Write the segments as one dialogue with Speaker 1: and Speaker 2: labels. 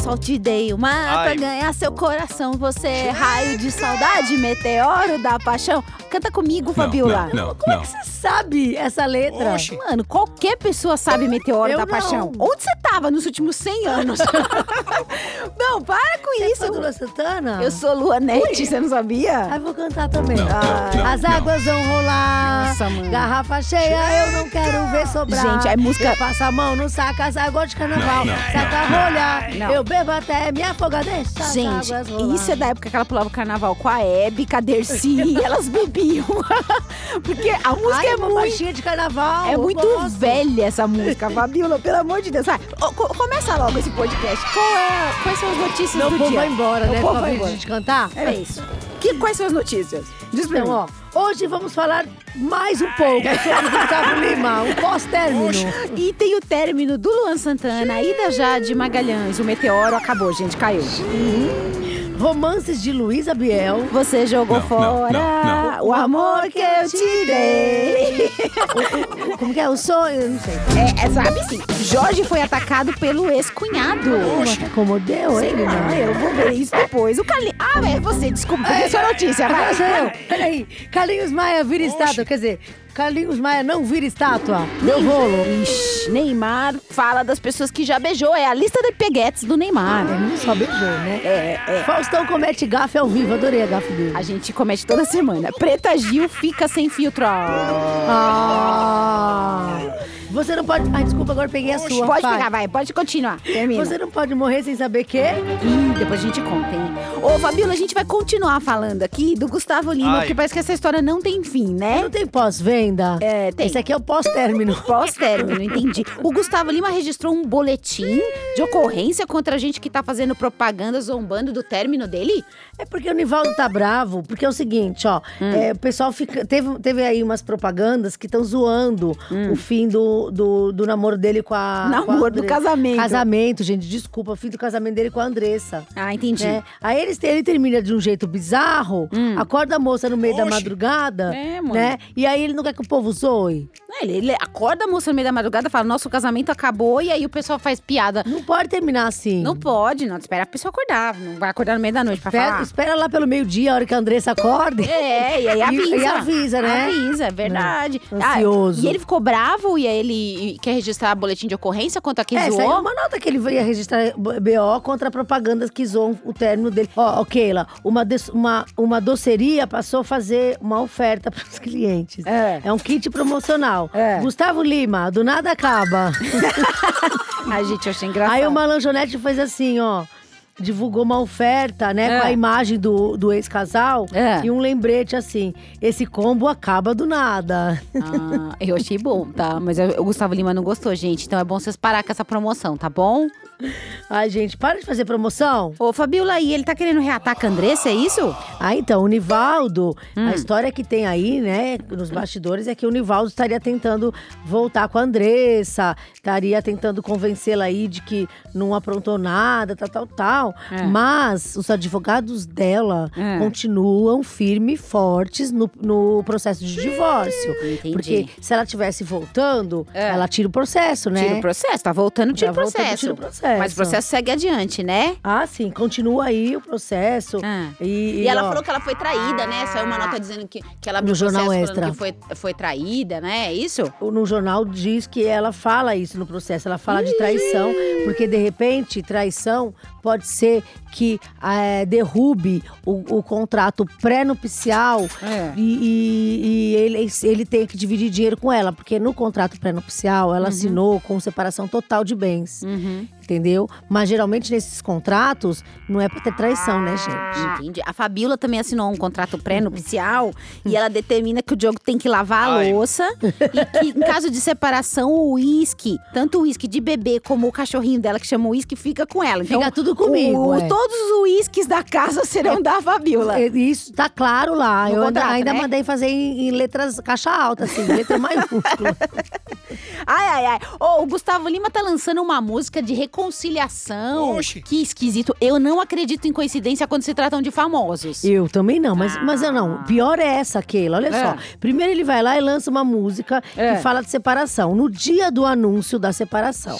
Speaker 1: só te dei uma
Speaker 2: Ai.
Speaker 1: pra ganhar seu coração. Você é raio de saudade, meteoro da paixão. Canta
Speaker 3: é
Speaker 1: comigo, Fabiola.
Speaker 4: não, não,
Speaker 1: Como
Speaker 4: não.
Speaker 1: é que você sabe essa letra?
Speaker 2: Oxe.
Speaker 1: Mano, qualquer pessoa sabe meteoro
Speaker 3: Eu
Speaker 1: da
Speaker 3: não.
Speaker 1: paixão. Onde você tava nos últimos 100 anos? não, para com isso.
Speaker 3: Isso do Lua Santana?
Speaker 1: Eu sou Luanete, você não sabia?
Speaker 3: Aí vou cantar também.
Speaker 4: Não, não,
Speaker 3: Ai,
Speaker 4: não,
Speaker 3: As
Speaker 4: não.
Speaker 3: águas vão rolar.
Speaker 1: Nossa, mano.
Speaker 3: Garrafa cheia, eu não quero ver sobrar.
Speaker 1: Gente, é música-
Speaker 3: Eu passo a mão no saco, as águas de carnaval.
Speaker 4: Não, não,
Speaker 3: saca
Speaker 4: não.
Speaker 3: rolha.
Speaker 1: Não.
Speaker 3: Eu bebo até me afogar, deixa as
Speaker 1: Gente,
Speaker 3: águas rolar.
Speaker 1: isso é da época que ela pulava o carnaval com a Hebe, com a Dercy, e elas bebiam. Porque a música
Speaker 3: Ai,
Speaker 1: é
Speaker 3: uma
Speaker 1: muito
Speaker 3: baixinha de carnaval.
Speaker 1: É
Speaker 3: eu
Speaker 1: muito
Speaker 3: gosto.
Speaker 1: velha essa música, Fabiola, pelo amor de Deus. Vai, ô, co- começa logo esse podcast. Qual é, quais são as notícias
Speaker 3: Não, o
Speaker 1: do
Speaker 3: povo
Speaker 1: dia?
Speaker 3: vai embora,
Speaker 1: O
Speaker 3: né?
Speaker 1: povo
Speaker 3: Com a
Speaker 1: vai
Speaker 3: vida
Speaker 1: embora.
Speaker 3: de cantar.
Speaker 1: É isso. Que, quais são as notícias? Diz pra
Speaker 3: Então,
Speaker 1: mim.
Speaker 3: ó, hoje vamos falar mais um pouco sobre Gustavo Lima, o pós-término.
Speaker 1: E tem o término do Luan Santana e da Jade Magalhães. O meteoro acabou, gente, caiu.
Speaker 3: Romances de Luísa Biel.
Speaker 1: Você jogou
Speaker 4: Não, não,
Speaker 1: fora
Speaker 4: não,
Speaker 1: o amor que eu te dei.
Speaker 3: Como que é? O sonho? Eu não sei.
Speaker 1: É, é, sabe sim. Jorge foi atacado pelo ex-cunhado.
Speaker 3: é Acomodeu,
Speaker 1: Sei
Speaker 3: hein, Lima?
Speaker 1: lá, eu vou ver isso depois. O Cali... Ah, é você, desculpa, porque é sua notícia,
Speaker 3: Agora
Speaker 1: vai.
Speaker 3: Tá sou eu. Peraí. Carlinhos Maia vira estátua. Quer dizer, Carlinhos Maia não vira estátua. Meu rolo.
Speaker 1: Ixi, Neymar fala das pessoas que já beijou. É a lista de peguetes do Neymar.
Speaker 3: Não só beijou, né?
Speaker 1: É, é.
Speaker 3: Faustão comete gafe ao vivo. Adorei a gafe dele.
Speaker 1: A gente comete toda semana. Preta Gil fica sem filtro.
Speaker 3: Ah! Você não pode... Ai, desculpa, agora peguei a sua.
Speaker 1: pode
Speaker 3: vai.
Speaker 1: pegar, vai. Pode continuar. Termina.
Speaker 3: Você não pode morrer sem saber que...
Speaker 1: Ih, depois a gente conta, hein? Ô, Fabíola, a gente vai continuar falando aqui do Gustavo Lima,
Speaker 2: Ai.
Speaker 1: porque parece que essa história não tem fim, né?
Speaker 3: Não tem pós-venda?
Speaker 1: É, tem.
Speaker 3: Esse aqui é o pós-término.
Speaker 1: Pós-término, entendi. O Gustavo Lima registrou um boletim de ocorrência contra a gente que tá fazendo propaganda zombando do término dele?
Speaker 3: É porque o Nivaldo tá bravo, porque é o seguinte, ó.
Speaker 1: Hum.
Speaker 3: é, o pessoal fica. Teve, teve aí umas propagandas que estão zoando o fim do, do, do namoro dele com a. com a
Speaker 1: Hum. Namoro do
Speaker 3: Andressa.
Speaker 1: casamento.
Speaker 3: Casamento, gente, desculpa, o fim do casamento dele com a Andressa.
Speaker 1: Ah, entendi. Hum.
Speaker 3: né? Aí ele, ele termina de um jeito bizarro, acorda a moça no meio da
Speaker 2: Oxe.
Speaker 3: madrugada,
Speaker 1: É, mano.
Speaker 3: né? E aí ele não quer que o povo zoe.
Speaker 1: É, Ele, ele acorda a moça no meio da madrugada fala: Nosso casamento acabou, e aí o pessoal faz piada.
Speaker 3: Não pode terminar assim.
Speaker 1: Não pode, não. Espera a pessoa acordar. Não vai acordar no meio da noite pra
Speaker 3: espera,
Speaker 1: falar.
Speaker 3: espera lá pelo meio-dia, a hora que a Andressa acorda.
Speaker 1: É, e aí
Speaker 3: E-
Speaker 1: avisa.
Speaker 3: e avisa, né?
Speaker 1: Avisa, é verdade. Ah,
Speaker 3: É, ansioso.
Speaker 1: e ele ficou bravo e aí ele quer registrar boletim de ocorrência contra quem
Speaker 3: é,
Speaker 1: zoou?
Speaker 3: saiu uma nota que ele ia registrar BO contra propagandas que zoam o término dele. Ó, ó, Keila, uma, des- uma, uma doceria passou a fazer uma oferta para os clientes.
Speaker 1: É.
Speaker 3: um kit promocional.
Speaker 1: É.
Speaker 3: Gustavo Lima, do nada acaba.
Speaker 1: Ai, gente, eu achei engraçado.
Speaker 3: Aí uma lanchonete fez assim, ó. Divulgou uma oferta, né?
Speaker 1: É.
Speaker 3: Com a imagem do, do ex-casal.
Speaker 1: É.
Speaker 3: E um lembrete assim. Esse combo acaba do nada.
Speaker 1: Ah, eu achei bom, tá? Mas eu- o Gustavo Lima não gostou, gente. Então é bom vocês parar com essa promoção, tá bom?
Speaker 3: Ai, gente, para de fazer promoção.
Speaker 1: Ô, Fabiola, e ele tá querendo reatar com a Andressa, é isso?
Speaker 3: Ah, então, o Nivaldo,
Speaker 1: Hum.
Speaker 3: a história que tem aí, né, nos bastidores, é que o Nivaldo estaria tentando voltar com a Andressa, estaria tentando convencê-la aí de que não aprontou nada, tal, tal, tal.
Speaker 1: É.
Speaker 3: Mas os advogados dela
Speaker 1: É.
Speaker 3: continuam firme e fortes no, no processo de divórcio.
Speaker 1: Entendi.
Speaker 3: Porque se ela estivesse voltando,
Speaker 1: É.
Speaker 3: ela tira o processo, né?
Speaker 1: Tira o processo, tá voltando, tira o
Speaker 3: Tá voltando,
Speaker 1: processo.
Speaker 3: tira o processo.
Speaker 1: Mas o processo segue adiante, né?
Speaker 3: Ah, sim, continua aí o processo.
Speaker 1: Ah.
Speaker 3: E,
Speaker 1: E ela
Speaker 3: ó,
Speaker 1: falou que ela foi traída, né? Saiu uma nota dizendo que, que ela abriu
Speaker 3: No Jornal
Speaker 1: processo
Speaker 3: Extra.
Speaker 1: falando que foi, foi traída, né? É isso?
Speaker 3: no jornal diz que ela fala isso no processo, ela fala de traição, porque de repente traição pode ser que eh, derrube o, o contrato pré-nupcial
Speaker 1: É.
Speaker 3: e, e- e ele, ele tem que dividir dinheiro com ela, porque no contrato pré-nupcial ela assinou com separação total de bens,
Speaker 1: Uhum.
Speaker 3: entendeu? Mas geralmente nesses contratos não é pra ter traição, né, gente?
Speaker 1: Entendi. A Fabiola também assinou um contrato pré-nupcial e ela determina que o Diogo tem que lavar a
Speaker 2: Ai.
Speaker 1: louça e que, em caso de separação, o uísque, tanto o uísque de bebê como o cachorrinho dela, que chama uísque, fica com ela. Então,
Speaker 3: Fica tudo comigo,
Speaker 1: o-
Speaker 3: é.
Speaker 1: Todos os uísques da casa serão da Fabiola.
Speaker 3: É, Isso tá claro lá.
Speaker 1: No
Speaker 3: Eu ainda-
Speaker 1: contrato,
Speaker 3: ainda
Speaker 1: né?
Speaker 3: mandei fazer em, em letras caixa alta, assim, letra maiúscula.
Speaker 1: Ai, ai, ai. Ô, o Gustavo Lima tá lançando uma música de reconciliação.
Speaker 2: Oxi.
Speaker 1: Que esquisito. Eu não acredito em coincidência quando se tratam de famosos.
Speaker 3: Eu também não, mas, mas eu
Speaker 1: Ah.
Speaker 3: não. Pior é essa, Keila. Olha
Speaker 1: É.
Speaker 3: só. Primeiro ele vai lá e lança uma música
Speaker 1: É.
Speaker 3: que fala de separação, no dia do anúncio da separação.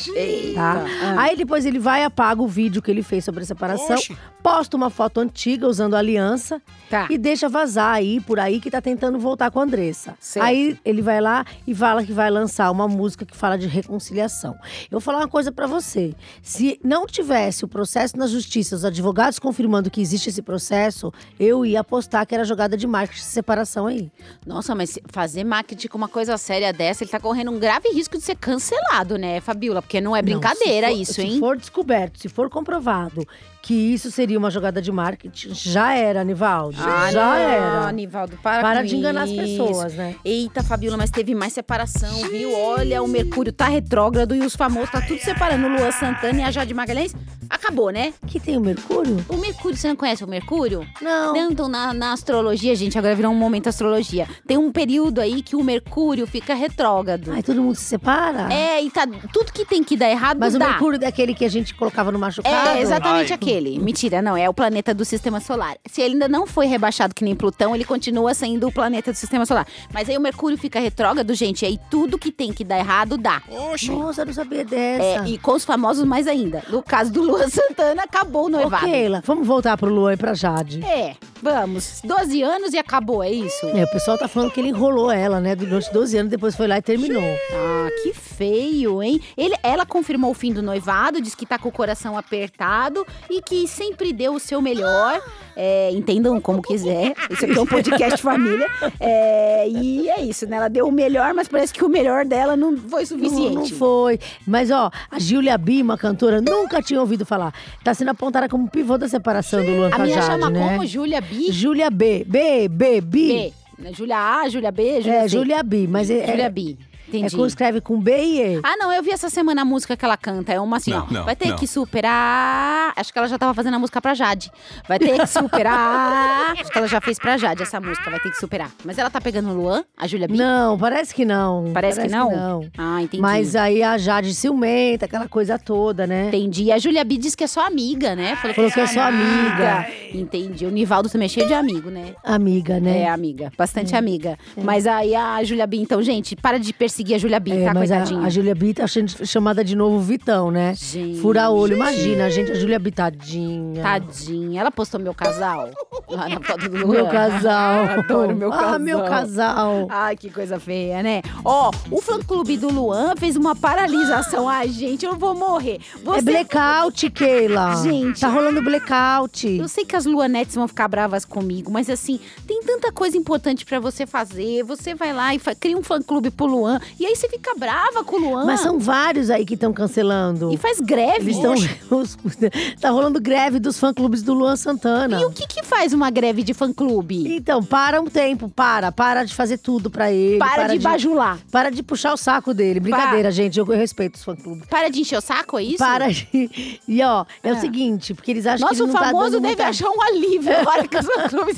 Speaker 3: Tá? Aí depois ele vai e apaga o vídeo que ele fez sobre a separação,
Speaker 2: Oxi.
Speaker 3: posta uma foto antiga usando a aliança
Speaker 1: Tá.
Speaker 3: e deixa vazar aí por aí que tá tentando voltar com a Andressa.
Speaker 1: Certo.
Speaker 3: Aí ele vai lá e fala que vai lançar uma música que fala de reconciliação. Eu vou falar uma coisa pra você. Se não tivesse o processo na justiça, os advogados confirmando que existe esse processo, eu ia apostar que era jogada de marketing essa separação aí.
Speaker 1: Nossa, mas fazer marketing com uma coisa séria dessa, ele tá correndo um grave risco de ser cancelado, né, Fabiola? Porque não é brincadeira
Speaker 3: Não, se for-
Speaker 1: isso, hein?
Speaker 3: Se for descoberto, se for comprovado que isso seria uma jogada de marketing, já era, Nivaldo. já
Speaker 1: Ah, não,
Speaker 3: era.
Speaker 1: Anivaldo, para
Speaker 3: Para
Speaker 1: com
Speaker 3: de enganar as
Speaker 1: isso.
Speaker 3: pessoas, né?
Speaker 1: Eita, Fabiola, mas teve mais separação, viu? Olha, o Mercúrio tá retrógrado e os famosos tá tudo separando. O Luan Santana e a Jade Magalhães. Acabou, né?
Speaker 3: Aqui tem o Mercúrio?
Speaker 1: O Mercúrio, você não conhece o Mercúrio?
Speaker 3: Não.
Speaker 1: Não, então na, na astrologia, gente, agora virou um momento astrologia. Tem um período aí que o Mercúrio fica retrógrado.
Speaker 3: Ai, todo mundo se separa?
Speaker 1: É, e tá. Tudo que tem que dar errado,
Speaker 3: Mas o
Speaker 1: dá.
Speaker 3: Mercúrio é aquele que a gente colocava no machucado?
Speaker 1: É, exatamente
Speaker 2: Ai.
Speaker 1: aquele. Mentira, não, é o planeta do sistema solar. Se ele ainda não foi rebaixado que nem Plutão, ele continua sendo o planeta do sistema solar. Mas aí o Mercúrio fica retrógrado, gente, e aí tudo que tem que dar errado dá.
Speaker 2: Oxi.
Speaker 3: Nossa, eu não sabia
Speaker 1: É,
Speaker 3: dessa.
Speaker 1: e com os famosos mais ainda. No caso do Luan Santana, acabou o
Speaker 3: Ô,
Speaker 1: noivado.
Speaker 3: Keila, vamos voltar pro Luan e pra Jade.
Speaker 1: É, vamos. 12 anos e acabou, é isso?
Speaker 3: É, o pessoal tá falando que ele enrolou ela, né? Durante 12 anos, depois foi lá e terminou.
Speaker 1: Ah, que feio, hein? Ele, ela confirmou o fim do noivado, diz que tá com o coração apertado e que sempre deu o seu melhor. É, entendam como quiser. Isso aqui é um podcast família. É, e é isso, né? Ela deu o melhor, mas parece que o melhor dela não foi
Speaker 3: Não,
Speaker 1: suficiente.
Speaker 3: não foi. Mas, ó, a Júlia Bima, cantora, nunca tinha ouvido falar. Tá sendo apontada como pivô da separação do Luan
Speaker 1: A
Speaker 3: com a
Speaker 1: minha
Speaker 3: Jade,
Speaker 1: chama
Speaker 3: né?
Speaker 1: como Júlia B.
Speaker 3: Júlia B. B, B, B.
Speaker 1: B. Júlia A, Júlia B, Júlia
Speaker 3: É,
Speaker 1: C.
Speaker 3: Júlia B. Mas é,
Speaker 1: Júlia
Speaker 3: é,
Speaker 1: B.
Speaker 3: é
Speaker 1: Entendi.
Speaker 3: como escreve com B e E.
Speaker 1: Ah, não, eu vi essa semana a música que ela canta. É uma assim,
Speaker 2: Não,
Speaker 1: ó.
Speaker 2: não,
Speaker 1: vai ter
Speaker 2: não.
Speaker 1: que superar. Acho que ela já tava fazendo a música pra Jade. Vai ter que superar. Acho que ela já fez pra Jade essa música, vai ter que superar. Mas ela tá pegando o Luan, a Júlia B.
Speaker 3: Não, parece que não.
Speaker 1: É Parece que não?
Speaker 3: não.
Speaker 1: Ah, entendi.
Speaker 3: Mas aí a Jade ciumenta, aquela coisa toda, né?
Speaker 1: Entendi. E a Júlia B diz que é só amiga, né?
Speaker 3: Falou que é só amiga.
Speaker 1: Entendi. O Nivaldo também é cheio de amigo, né?
Speaker 3: Amiga,
Speaker 1: É,
Speaker 3: né?
Speaker 1: amiga. Bastante amiga.
Speaker 3: É.
Speaker 1: Mas aí a Júlia B, então, gente, para de perseguir a Júlia B, tá,
Speaker 3: É, mas a,
Speaker 1: coitadinha?
Speaker 3: a Júlia B tá sendo chamada de novo Vitão, né?
Speaker 1: Gente.
Speaker 3: Fura-olho, imagina, a gente, a Júlia B, tadinha.
Speaker 1: Tadinha. Ela postou meu casal lá na foto do Luan.
Speaker 3: Meu casal.
Speaker 1: Adoro meu casal.
Speaker 3: Ah, meu casal.
Speaker 1: Ai, que coisa feia, né? Ó, o fã-clube do Luan fez uma paralisação. Ai, gente, eu vou morrer. Ah, Você...
Speaker 3: É blackout, Keila.
Speaker 1: Gente.
Speaker 3: Tá rolando blackout.
Speaker 1: Eu sei que as Luanetes vão ficar bravas comigo, mas assim, tem tanta coisa importante pra você fazer. Você vai lá e fa- cria um fã-clube pro Luan. E aí você fica brava com o Luan.
Speaker 3: Mas são vários aí que estão cancelando.
Speaker 1: E faz greve.
Speaker 3: Eles estão. tá rolando greve dos fã-clubes do Luan Santana.
Speaker 1: E o que que faz uma greve de fã-clube?
Speaker 3: Então, para um tempo, para. Para de fazer tudo pra ele.
Speaker 1: Para, de, bajular.
Speaker 3: Para de puxar o saco dele. Brincadeira, gente. Eu, eu respeito os fã-clubes.
Speaker 1: Para de encher o saco, é isso?
Speaker 3: Para de. E ó, é,
Speaker 1: É.
Speaker 3: o seguinte, porque eles acham que
Speaker 1: Nossa, o
Speaker 3: ele não tá
Speaker 1: famoso
Speaker 3: dando
Speaker 1: deve
Speaker 3: muita...
Speaker 1: achar um alívio agora que os fã-clubes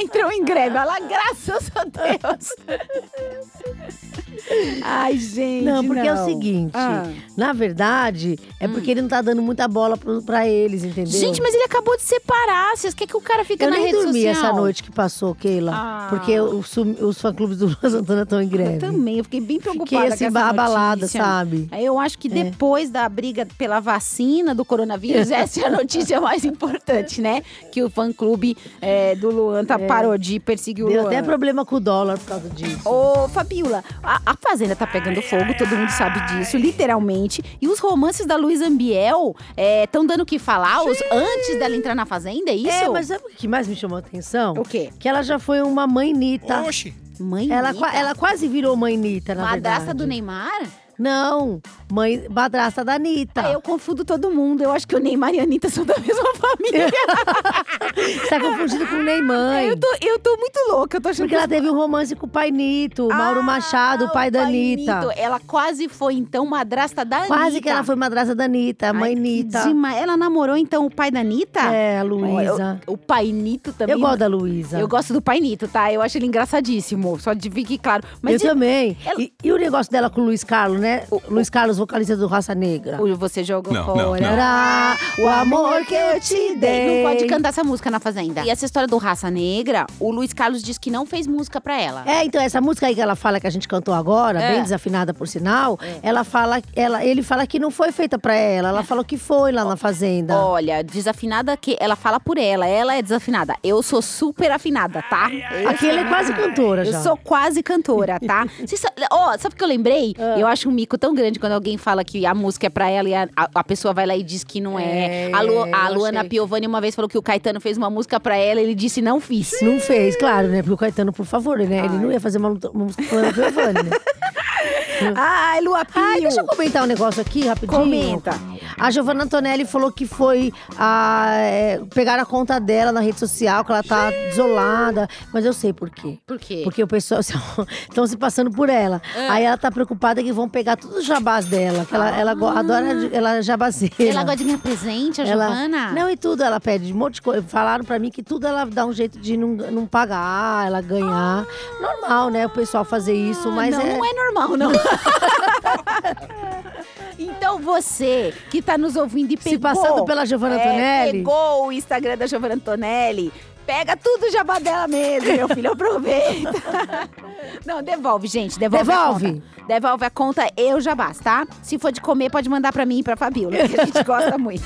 Speaker 1: entram em greve. Olha lá, graças a Deus. Ai, gente.
Speaker 3: Não, porque é o seguinte,
Speaker 1: Ah.
Speaker 3: na verdade, é porque ele não tá dando muita bola pro- pra eles, entendeu?
Speaker 1: Hum. Gente, mas ele acabou de separar. Vocês querem que o cara fique
Speaker 3: eu
Speaker 1: na
Speaker 3: nem
Speaker 1: rede
Speaker 3: dormi
Speaker 1: social?
Speaker 3: essa noite que passou, Keila,
Speaker 1: Ah.
Speaker 3: porque os, sum- os fã-clubes do Luan Santana estão em greve.
Speaker 1: Eu também, eu fiquei bem
Speaker 3: Fiquei
Speaker 1: preocupada
Speaker 3: assim,
Speaker 1: com essa
Speaker 3: abalada,
Speaker 1: notícia.
Speaker 3: sabe? É.
Speaker 1: Eu acho que depois da briga pela vacina do coronavírus, essa é a notícia mais importante, né? Que o fã-clube eh, do Luan tá, parou de perseguir o
Speaker 3: Deu
Speaker 1: Luan.
Speaker 3: É. até problema com o dólar por causa disso.
Speaker 1: Ô, Fabiola, a, a Fazenda tá pegando fogo, todo mundo sabe disso, literalmente. E os romances da Luísa Ambiel estão dando o que falar os, antes dela entrar na Fazenda, é isso?
Speaker 3: É, mas sabe o que mais me chamou a atenção?
Speaker 1: O quê?
Speaker 3: Que ela já foi uma mãe Nita.
Speaker 2: Oxi.
Speaker 1: Mãe
Speaker 3: Ela,
Speaker 1: Nita?
Speaker 3: qua- ela quase virou mãe Nita, na
Speaker 1: Madrasta
Speaker 3: verdade.
Speaker 1: do Neymar?
Speaker 3: Não, mãe madrasta da Anitta.
Speaker 1: Ah, eu confundo todo mundo. Eu acho que o Neymar e a Anitta são da mesma família.
Speaker 3: Você tá confundido com Neymar.
Speaker 1: Eu, tô, eu tô muito louca, eu tô achando
Speaker 3: Porque ela teve um romance com o pai Nito, Mauro
Speaker 1: Ah,
Speaker 3: Machado, o pai da Anitta.
Speaker 1: Nito. Ela quase foi, então, madrasta da Anitta.
Speaker 3: Quase que ela foi madrasta da Anitta, mãe
Speaker 1: Ai, que
Speaker 3: Nita.
Speaker 1: dema- Ela namorou, então, o pai da Anitta?
Speaker 3: É, a Luísa.
Speaker 1: O, o pai Nito também.
Speaker 3: Eu gosto da Luísa.
Speaker 1: Eu gosto do pai Nito, tá? Eu acho ele engraçadíssimo. Só de fique claro. Mas
Speaker 3: eu também.
Speaker 1: ela-
Speaker 3: E, e o negócio dela com o Luiz Carlos, né? né? Luiz Carlos, vocalista do Raça Negra.
Speaker 1: Ou você jogou
Speaker 2: Não,
Speaker 1: fora.
Speaker 2: não,
Speaker 1: Ah,
Speaker 3: Será o amor que eu te dei.
Speaker 1: Não pode cantar essa música na Fazenda. E essa história do Raça Negra, o Luiz Carlos diz que não fez música pra ela.
Speaker 3: É, então essa música aí que ela fala que a gente cantou agora,
Speaker 1: É.
Speaker 3: bem desafinada por sinal, ela fala, ela, ele fala que não foi feita pra ela, ela falou que foi lá na fazenda.
Speaker 1: Olha, desafinada que ela fala por ela, ela é desafinada. Eu sou super afinada, tá?
Speaker 3: Aqui ela é quase cantora já.
Speaker 1: Eu sou quase cantora, tá? Cê sa- Ó, sabe o que eu lembrei?
Speaker 3: Ah.
Speaker 1: Eu acho um mico tão grande quando alguém fala que a música é pra ela e a, a- a pessoa vai lá e diz que não é.
Speaker 3: É,
Speaker 1: a, Lu-
Speaker 3: eu
Speaker 1: a Luana
Speaker 3: achei.
Speaker 1: Piovani uma vez falou que o Caetano fez uma música pra ela e ele disse não fiz.
Speaker 3: Não fez, claro, né? Porque o Caetano, por favor, né? Ele não ia fazer uma, luta- uma música com o Giovanni, né?
Speaker 1: Ai, Lua Pio!
Speaker 3: Ai, deixa eu comentar um negócio aqui rapidinho.
Speaker 1: Comenta.
Speaker 3: A Giovanna Antonelli falou que foi a, é, pegar a conta dela na rede social, que ela tá desolada. Mas eu sei por quê.
Speaker 1: Por quê?
Speaker 3: Porque o pessoal estão se passando por ela.
Speaker 1: Ah.
Speaker 3: Aí ela tá preocupada que vão pegar todos os jabás dela. Que ela, ela go- adora de- ela é jabazeira.
Speaker 1: Ela gosta de me presente, a
Speaker 3: Ela-
Speaker 1: Giovana?
Speaker 3: Não, e tudo ela pede, um monte de coisa. Falaram pra mim que tudo ela dá um jeito de não, não pagar, ela ganhar. Normal, né, o pessoal fazer isso, mas
Speaker 1: Ah. não,
Speaker 3: é...
Speaker 1: não é normal, não. então você que tá nos ouvindo e pegou...
Speaker 3: Se passando pela Giovanna
Speaker 1: é,
Speaker 3: Antonelli.
Speaker 1: pegou o Instagram da Giovanna Antonelli, pega tudo jabá dela mesmo, meu filho, aproveita. não, devolve, gente, devolve
Speaker 3: Devolve.
Speaker 1: a conta. Devolve a conta, eu jabás, tá? Se for de comer, pode mandar pra mim e pra Fabiola, que a gente gosta muito.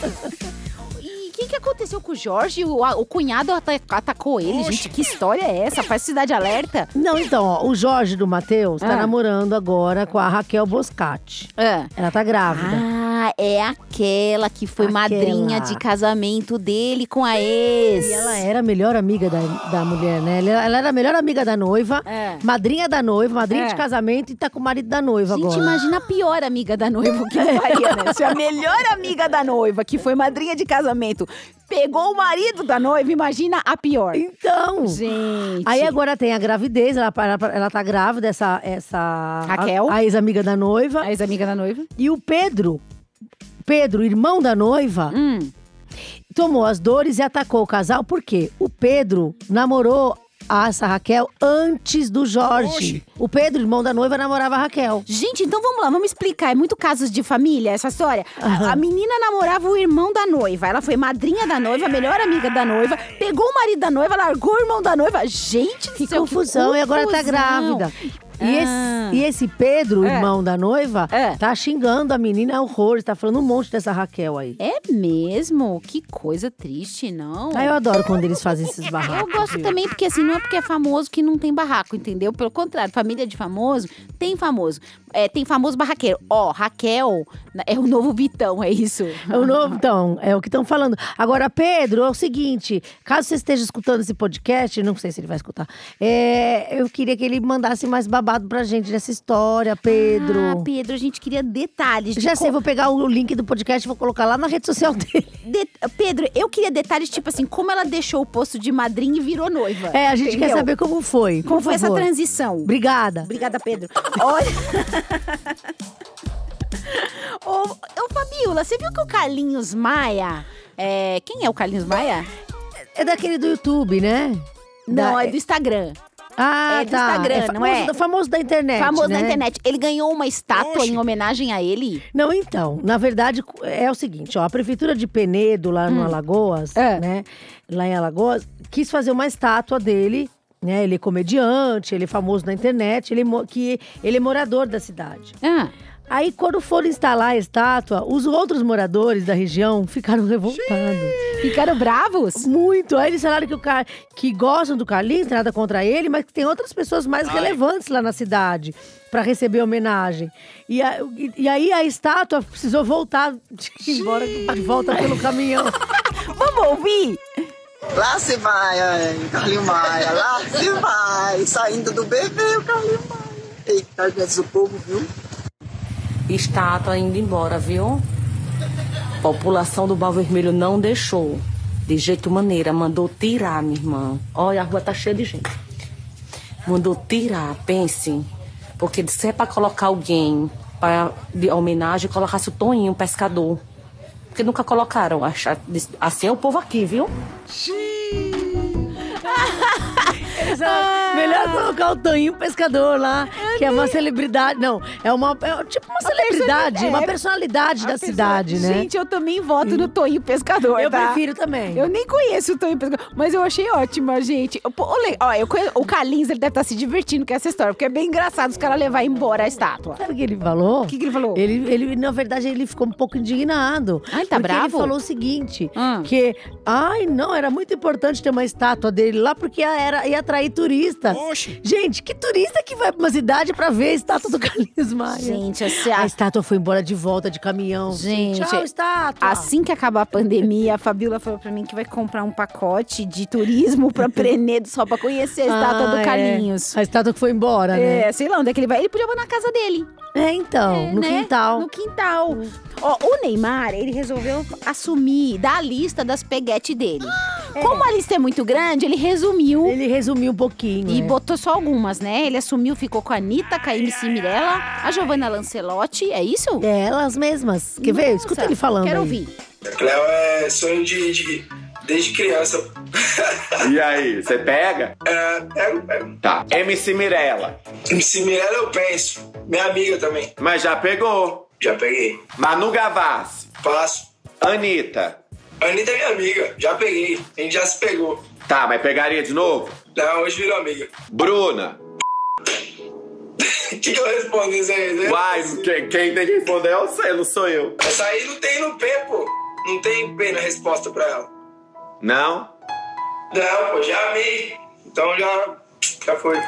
Speaker 1: E O que, que aconteceu com o Jorge? O, o cunhado ata- atacou ele, gente. Que história é essa? Faz Cidade Alerta?
Speaker 3: Não, então, ó, o Jorge do Matheus tá
Speaker 1: Ah.
Speaker 3: namorando agora com a Raquel Boscati.
Speaker 1: Ah.
Speaker 3: Ela tá grávida.
Speaker 1: Ah, é aquela que foi
Speaker 3: Aquela.
Speaker 1: madrinha de casamento dele com a ex.
Speaker 3: E ela é era a melhor amiga da, da mulher, né? Ela, ela era a melhor amiga da noiva,
Speaker 1: É.
Speaker 3: madrinha da noiva, madrinha
Speaker 1: É.
Speaker 3: de casamento e tá com o marido da noiva
Speaker 1: Gente,
Speaker 3: agora.
Speaker 1: imagina a pior amiga da noiva o que eu faria, né? Se a melhor amiga da noiva, que foi madrinha de casamento, pegou o marido da noiva, imagina a pior.
Speaker 3: Então.
Speaker 1: Gente.
Speaker 3: Aí agora tem a gravidez, ela, ela, ela tá grávida, essa. essa
Speaker 1: Raquel.
Speaker 3: A, a ex-amiga da noiva.
Speaker 1: a ex-amiga da noiva.
Speaker 3: E o Pedro, Pedro, irmão da noiva,
Speaker 1: Hum.
Speaker 3: tomou as dores e atacou o casal, porque o Pedro namorou a essa Raquel antes do Jorge. O Pedro, irmão da noiva, namorava a Raquel.
Speaker 1: Gente, então vamos lá, vamos explicar. É muito casos de família essa história. A, a menina namorava o irmão da noiva. Ela foi madrinha da noiva, melhor amiga da noiva, pegou o marido da noiva, largou o irmão da noiva. Gente, do
Speaker 3: Que
Speaker 1: céu,
Speaker 3: confusão, e agora tá
Speaker 1: confusão.
Speaker 3: grávida. E,
Speaker 1: Ah.
Speaker 3: esse, e esse Pedro,
Speaker 1: É.
Speaker 3: irmão da noiva,
Speaker 1: É.
Speaker 3: tá xingando a menina horrores, tá falando um monte dessa Raquel aí.
Speaker 1: É mesmo? Que coisa triste, não?
Speaker 3: Ah, eu adoro quando eles fazem esses
Speaker 1: Eu
Speaker 3: barracos.
Speaker 1: gosto também, porque assim, não é porque é famoso que não tem barraco, entendeu? Pelo contrário, família de famoso, tem famoso. É, tem famoso barraqueiro. Ó, Raquel é o novo Vitão, é isso?
Speaker 3: É o novo, então, é o que estão falando. Agora, Pedro, é o seguinte: caso você esteja escutando esse podcast, não sei se ele vai escutar, é, eu queria que ele mandasse mais babado pra gente dessa história, Pedro.
Speaker 1: Ah, Pedro, a gente queria detalhes. de
Speaker 3: Já sei,
Speaker 1: co-
Speaker 3: vou pegar o link do podcast e vou colocar lá na rede social dele.
Speaker 1: de- Pedro, eu queria detalhes, tipo assim, como ela deixou o posto de madrinha e virou noiva.
Speaker 3: É, a gente quer
Speaker 1: entendeu?
Speaker 3: saber como foi.
Speaker 1: Como
Speaker 3: por
Speaker 1: foi essa
Speaker 3: favor.
Speaker 1: transição?
Speaker 3: Obrigada.
Speaker 1: Obrigada, Pedro. Olha. ô, ô, Fabiola, você viu que o Carlinhos Maia. é, Quem é o Carlinhos Maia?
Speaker 3: É daquele do YouTube, né?
Speaker 1: Não,
Speaker 3: Da-
Speaker 1: é do Instagram.
Speaker 3: Ah,
Speaker 1: é do
Speaker 3: tá.
Speaker 1: Instagram,
Speaker 3: famoso,
Speaker 1: não é?
Speaker 3: da- famoso da internet.
Speaker 1: Famoso na
Speaker 3: né?
Speaker 1: internet. Ele ganhou uma estátua em homenagem a ele.
Speaker 3: Não, então, na verdade é o seguinte, ó, a prefeitura de Penedo lá no Alagoas,
Speaker 1: Hum. É.
Speaker 3: né, lá em Alagoas, quis fazer uma estátua dele, né? Ele é comediante, ele é famoso na internet, ele é mo- que ele é morador da cidade.
Speaker 1: Ah,
Speaker 3: Aí quando foram instalar a estátua, os outros moradores da região ficaram revoltados.
Speaker 1: ficaram bravos?
Speaker 3: Muito. Aí eles falaram que, o Car... que gostam do Carlinhos, nada contra ele, mas que tem outras pessoas mais relevantes lá na cidade para receber homenagem. E, a- e- e aí a estátua precisou voltar de ir embora de volta pelo caminhão.
Speaker 1: Vamos ouvir?
Speaker 4: Lá se vai, ai, Carlinho Maia, lá se vai, saindo do bebê o Carlinho Maia. Eita, Jesus, o povo, viu?
Speaker 5: estátua indo embora, viu? População do Bar Vermelho não deixou. De jeito maneira, mandou tirar, minha irmã. Olha, a rua tá cheia de gente. Mandou tirar, pense. Porque se é pra colocar alguém pra, de homenagem, colocasse o Toninho, pescador. Porque nunca colocaram. Acha- Assim é o povo aqui, viu?
Speaker 3: Melhor colocar o Toninho pescador lá, Que é uma celebridade. Não, é uma. É tipo uma celebridade,
Speaker 1: é.
Speaker 3: uma personalidade da
Speaker 1: Apesar-
Speaker 3: cidade, né? Hum.
Speaker 2: Gente, eu também voto no Tonho Pescador,
Speaker 3: eu
Speaker 2: tá?
Speaker 3: prefiro
Speaker 1: É.
Speaker 3: também.
Speaker 2: Eu nem conheço o Tonho Pescador, mas eu achei ótima, gente. Pô, o Le- ó, eu conheço- o Calins, ele deve estar se divertindo com essa história, porque é bem engraçado os caras levar embora a estátua.
Speaker 3: Sabe o que ele falou?
Speaker 2: O que, que ele falou?
Speaker 3: Ele, ele, na verdade, ele ficou um pouco indignado.
Speaker 1: Ah, ele tá
Speaker 3: porque Ele
Speaker 1: bravo?
Speaker 3: falou o seguinte:
Speaker 1: Ah.
Speaker 3: que, ai, não, era muito importante ter uma estátua dele lá porque ia- era, ia atrair turistas.
Speaker 6: Oxi.
Speaker 3: Gente, que turista que vai pra uma cidade pra ver a estátua do Carlinhos Maia?
Speaker 1: Gente, assim,
Speaker 3: A
Speaker 1: a-
Speaker 3: estátua foi embora de volta de caminhão.
Speaker 1: Gente,
Speaker 3: Tchau, estátua.
Speaker 1: assim que acabar a pandemia, a Fabiola falou pra mim que vai comprar um pacote de turismo pra Prenedo só pra conhecer a estátua
Speaker 3: Ah,
Speaker 1: do
Speaker 3: é.
Speaker 1: Carlinhos.
Speaker 3: A estátua que foi embora, né?
Speaker 1: É, sei lá onde é que ele vai. Ele podia pôr na casa dele.
Speaker 3: É, então,
Speaker 1: É,
Speaker 3: no
Speaker 1: né?
Speaker 3: quintal.
Speaker 1: No quintal. Ó, o Neymar, ele resolveu assumir da lista das peguete dele. Como a lista é muito grande, ele resumiu
Speaker 3: Ele resumiu um pouquinho.
Speaker 1: e
Speaker 3: é.
Speaker 1: botou só algumas, né? Ele assumiu, ficou com a Anitta, com a MC Mirella, a Giovanna Lancelotti, é isso?
Speaker 3: É, elas mesmas. Quer ver? Escuta ele falando.
Speaker 1: Quero
Speaker 3: aí.
Speaker 1: ouvir.
Speaker 7: Cléo é sonho de, de- desde criança.
Speaker 6: E aí, você pega?
Speaker 7: É, pego, pego.
Speaker 6: Tá. MC Mirella.
Speaker 7: Se Mirella eu penso. Minha amiga também.
Speaker 6: Mas já pegou.
Speaker 7: Já peguei.
Speaker 6: Manu Gavassi.
Speaker 7: Passo.
Speaker 6: Anitta.
Speaker 7: Anitta é minha amiga. Já peguei. A gente já se pegou.
Speaker 6: Tá, mas pegaria de novo?
Speaker 7: Não, hoje virou amiga.
Speaker 6: Bruna.
Speaker 7: O que, que eu respondo isso aí? Eu
Speaker 6: Uai,
Speaker 7: não sei.
Speaker 6: quem, quem tem que responder é você, não sou eu.
Speaker 7: Essa aí não tem no P, pô. Não tem P na resposta pra ela.
Speaker 6: Não?
Speaker 7: Não, pô, já amei. Então já. Já foi.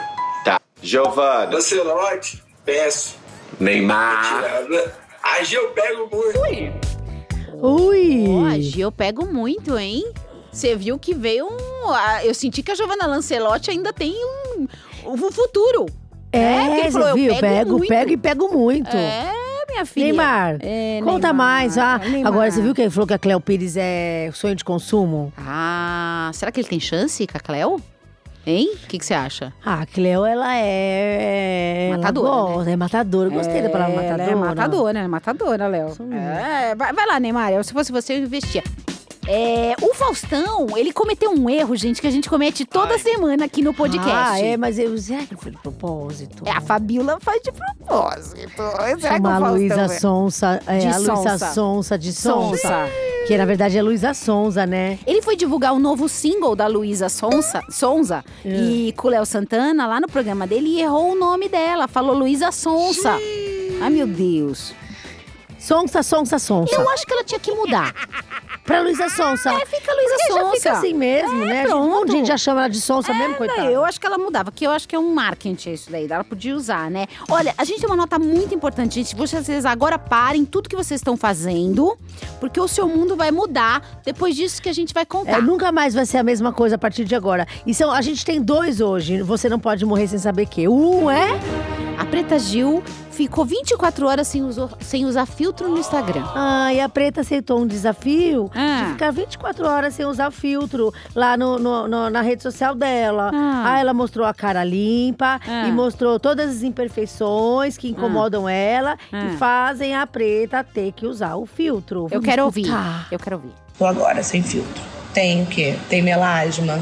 Speaker 6: Tá. Giovana.
Speaker 7: Lancelote, penso.
Speaker 6: Neymar.
Speaker 7: A G eu pego muito.
Speaker 3: Ui!
Speaker 1: Hoje eu pego muito, hein? Você viu que veio um. ah, Eu senti que a Giovanna Lancelotti ainda tem um, um futuro. É, porque ele
Speaker 3: É,
Speaker 1: falou,
Speaker 3: você
Speaker 1: eu
Speaker 3: viu?
Speaker 1: pego
Speaker 3: Pego,
Speaker 1: muito.
Speaker 3: pego e pego muito.
Speaker 1: É, minha filha.
Speaker 3: Neymar,
Speaker 1: É, Neymar.
Speaker 3: conta
Speaker 1: é,
Speaker 3: mais. Ah,
Speaker 1: Neymar.
Speaker 3: agora, você viu que ele falou que a Cleo Pires é sonho de consumo?
Speaker 1: Ah, será que ele tem chance com a Cleo? Hein? O que que você acha?
Speaker 3: Ah, a Cleo, ela é...
Speaker 1: Matadora, né?
Speaker 3: Ela gosta, É matadora. Eu Gostei da palavra
Speaker 2: ela
Speaker 3: matadora.
Speaker 2: É matadora, é matadora, Léo.
Speaker 3: Isso mesmo.
Speaker 1: É, vai, vai lá, Neymar. Eu, se fosse você, eu investia. É, o Faustão, ele cometeu um erro, gente, que a gente comete toda semana aqui no podcast.
Speaker 3: Ah, é, mas eu... Será que foi de propósito?
Speaker 2: É, a Fabiola faz de propósito. Será que
Speaker 3: Chama a
Speaker 2: o Faustão
Speaker 3: Luísa
Speaker 2: é?
Speaker 3: Sonsa, é,
Speaker 2: De
Speaker 3: a Luísa
Speaker 2: Sonsa.
Speaker 3: Sonsa de Sonsa,
Speaker 2: Sonsa.
Speaker 3: que na verdade é Luísa Sonsa, né?
Speaker 1: Ele foi divulgar o novo single da Luísa Sonsa, Sonza
Speaker 3: É.
Speaker 1: e com o Léo Santana lá no programa dele e errou o nome dela. Falou Luísa Sonsa. Ai, meu Deus.
Speaker 3: Sonsa, Sonsa, Sonsa.
Speaker 1: Eu acho que ela tinha que mudar.
Speaker 3: Pra Luísa Sonsa.
Speaker 1: É, fica Luísa
Speaker 3: Porque já
Speaker 1: Sonsa.
Speaker 3: fica assim mesmo, né? A gente- Um monte de
Speaker 1: pronto.
Speaker 3: gente já chama ela de Sonsa mesmo, coitada.
Speaker 1: Daí, eu acho que ela mudava, que eu acho que é um marketing isso daí, ela podia usar, né? Olha, a gente tem uma nota muito importante, gente. Vocês agora parem tudo que vocês estão fazendo, porque o seu mundo vai mudar depois disso que a gente vai
Speaker 3: É,
Speaker 1: contar.
Speaker 3: nunca mais vai ser a mesma coisa a partir de agora. E são, a gente tem dois hoje. Você não pode morrer sem saber que. Um é.
Speaker 1: A Preta Gil ficou 24 horas sem, usou- sem usar filtro no Instagram.
Speaker 3: Ai, a Preta aceitou um desafio
Speaker 1: Ah.
Speaker 3: de ficar 24 horas sem usar filtro lá no, no- no- na rede social dela.
Speaker 1: Ah.
Speaker 3: Ah, ela mostrou a cara limpa
Speaker 1: Ah.
Speaker 3: e mostrou todas as imperfeições que incomodam ela
Speaker 1: Ah.
Speaker 3: e fazem a Preta ter que usar o filtro.
Speaker 1: Eu
Speaker 3: Vamos
Speaker 1: quero ouvir.
Speaker 3: escutar.
Speaker 1: Eu quero ouvir.
Speaker 8: Tô agora sem filtro. Tem o quê? Tem melasma?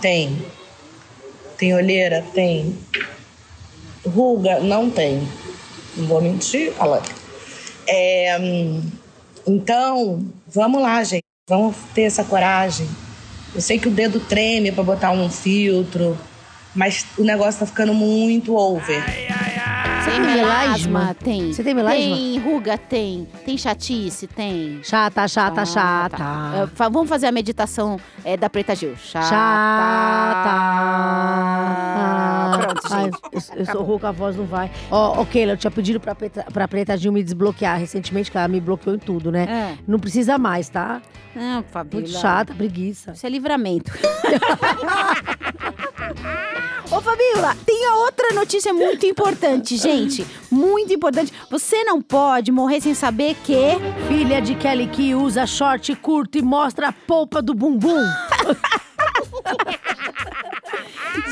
Speaker 8: Tem. Tem olheira? Tem. Ruga? Não tem. Não vou mentir, Alan. É, hum, então, vamos lá, gente. Vamos ter essa coragem. Eu sei que o dedo treme pra botar um filtro, mas o negócio tá ficando muito over.
Speaker 1: Você
Speaker 3: tem melasma?
Speaker 1: Tem.
Speaker 3: Você tem melasma?
Speaker 1: Tem, ruga tem. Tem chatice? Tem.
Speaker 3: Chata,
Speaker 1: Tá
Speaker 3: chata, chata.
Speaker 1: É, Ah, fa- vamos fazer a meditação é, da Preta Gil. Chata.
Speaker 3: Chata.
Speaker 1: Pronto,
Speaker 3: Ai,
Speaker 1: gente.
Speaker 3: eu, eu sou rouca, a voz não vai. Ó, ok, eu tinha pedido pra Preta, pra Preta Gil me desbloquear recentemente, que ela me bloqueou em tudo, né?
Speaker 1: É.
Speaker 3: Não precisa mais, tá?
Speaker 1: Não, Fabiola.
Speaker 3: Muito chata, preguiça.
Speaker 1: Isso é livramento.
Speaker 2: Ô, Fabiola,
Speaker 1: Tem a outra notícia muito importante, gente. Muito importante. Você não pode morrer sem saber que.
Speaker 3: Filha de Kelly que usa short curto e mostra a polpa do bumbum.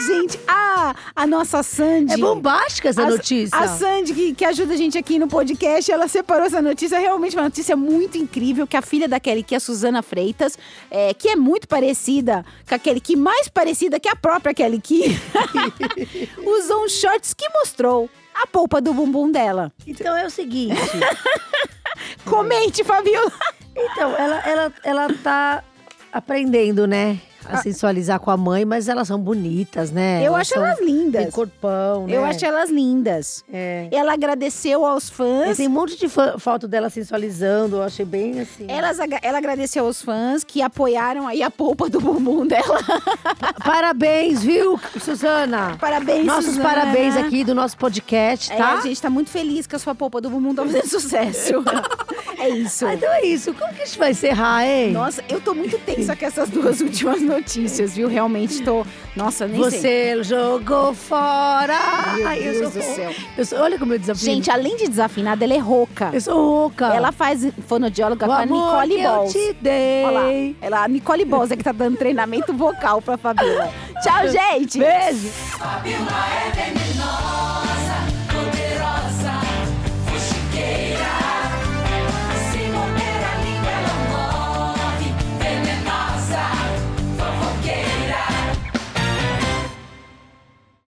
Speaker 1: gente, a, a nossa Sandy.
Speaker 3: É bombástica essa
Speaker 1: a,
Speaker 3: notícia.
Speaker 1: A Sandy, que, que ajuda a gente aqui no podcast, ela separou essa notícia. Realmente uma notícia muito incrível, que a filha da Kelly, que é a Suzana Freitas, é, que é muito parecida com a Kelly Key, mais parecida que a própria Kelly Key, usou um shorts que mostrou a polpa do bumbum dela.
Speaker 3: Então é o seguinte.
Speaker 1: Comente, Fabiola.
Speaker 3: então, ela, ela, ela tá aprendendo, né? A sensualizar com a mãe, mas elas são bonitas, né?
Speaker 1: Ah. Eu acho
Speaker 3: são-
Speaker 1: elas lindas.
Speaker 3: Tem corpão, né?
Speaker 1: Eu acho elas lindas.
Speaker 3: É.
Speaker 1: Ela agradeceu aos
Speaker 3: É,
Speaker 1: fãs.
Speaker 3: Tem um monte de fã- foto dela sensualizando, eu achei bem assim.
Speaker 1: Elas aga- ela agradeceu aos fãs que apoiaram aí a polpa do bumbum dela.
Speaker 3: Ah, Parabéns, viu, Suzana?
Speaker 1: Parabéns,
Speaker 3: Nossos
Speaker 1: Suzana.
Speaker 3: parabéns aqui do nosso podcast,
Speaker 1: É,
Speaker 3: tá?
Speaker 1: a gente tá muito feliz que a sua polpa do bumbum tá fazendo sucesso. é isso.
Speaker 3: Ah, então é isso. Como que a gente vai encerrar, hein?
Speaker 1: Nossa, eu tô muito tensa com essas duas últimas notícias, viu? Realmente tô. Nossa, nem sei.
Speaker 3: Você jogou fora!
Speaker 1: Meu
Speaker 3: Ai, eu
Speaker 1: Deus do
Speaker 3: sou fo-
Speaker 1: céu.
Speaker 3: eu sou- olha como eu desafio.
Speaker 1: Gente, além de desafinada, ela é rouca.
Speaker 3: eu sou rouca.
Speaker 1: Ela faz fonodióloga
Speaker 3: o
Speaker 1: com a
Speaker 3: amor
Speaker 1: Nicole
Speaker 3: que eu
Speaker 1: Balls.
Speaker 3: te dei.
Speaker 1: Olha lá, ela, a Nicole é Bosa que tá dando treinamento vocal pra Fabiola. Tchau, gente! Beijo!
Speaker 9: Fabiola é demais.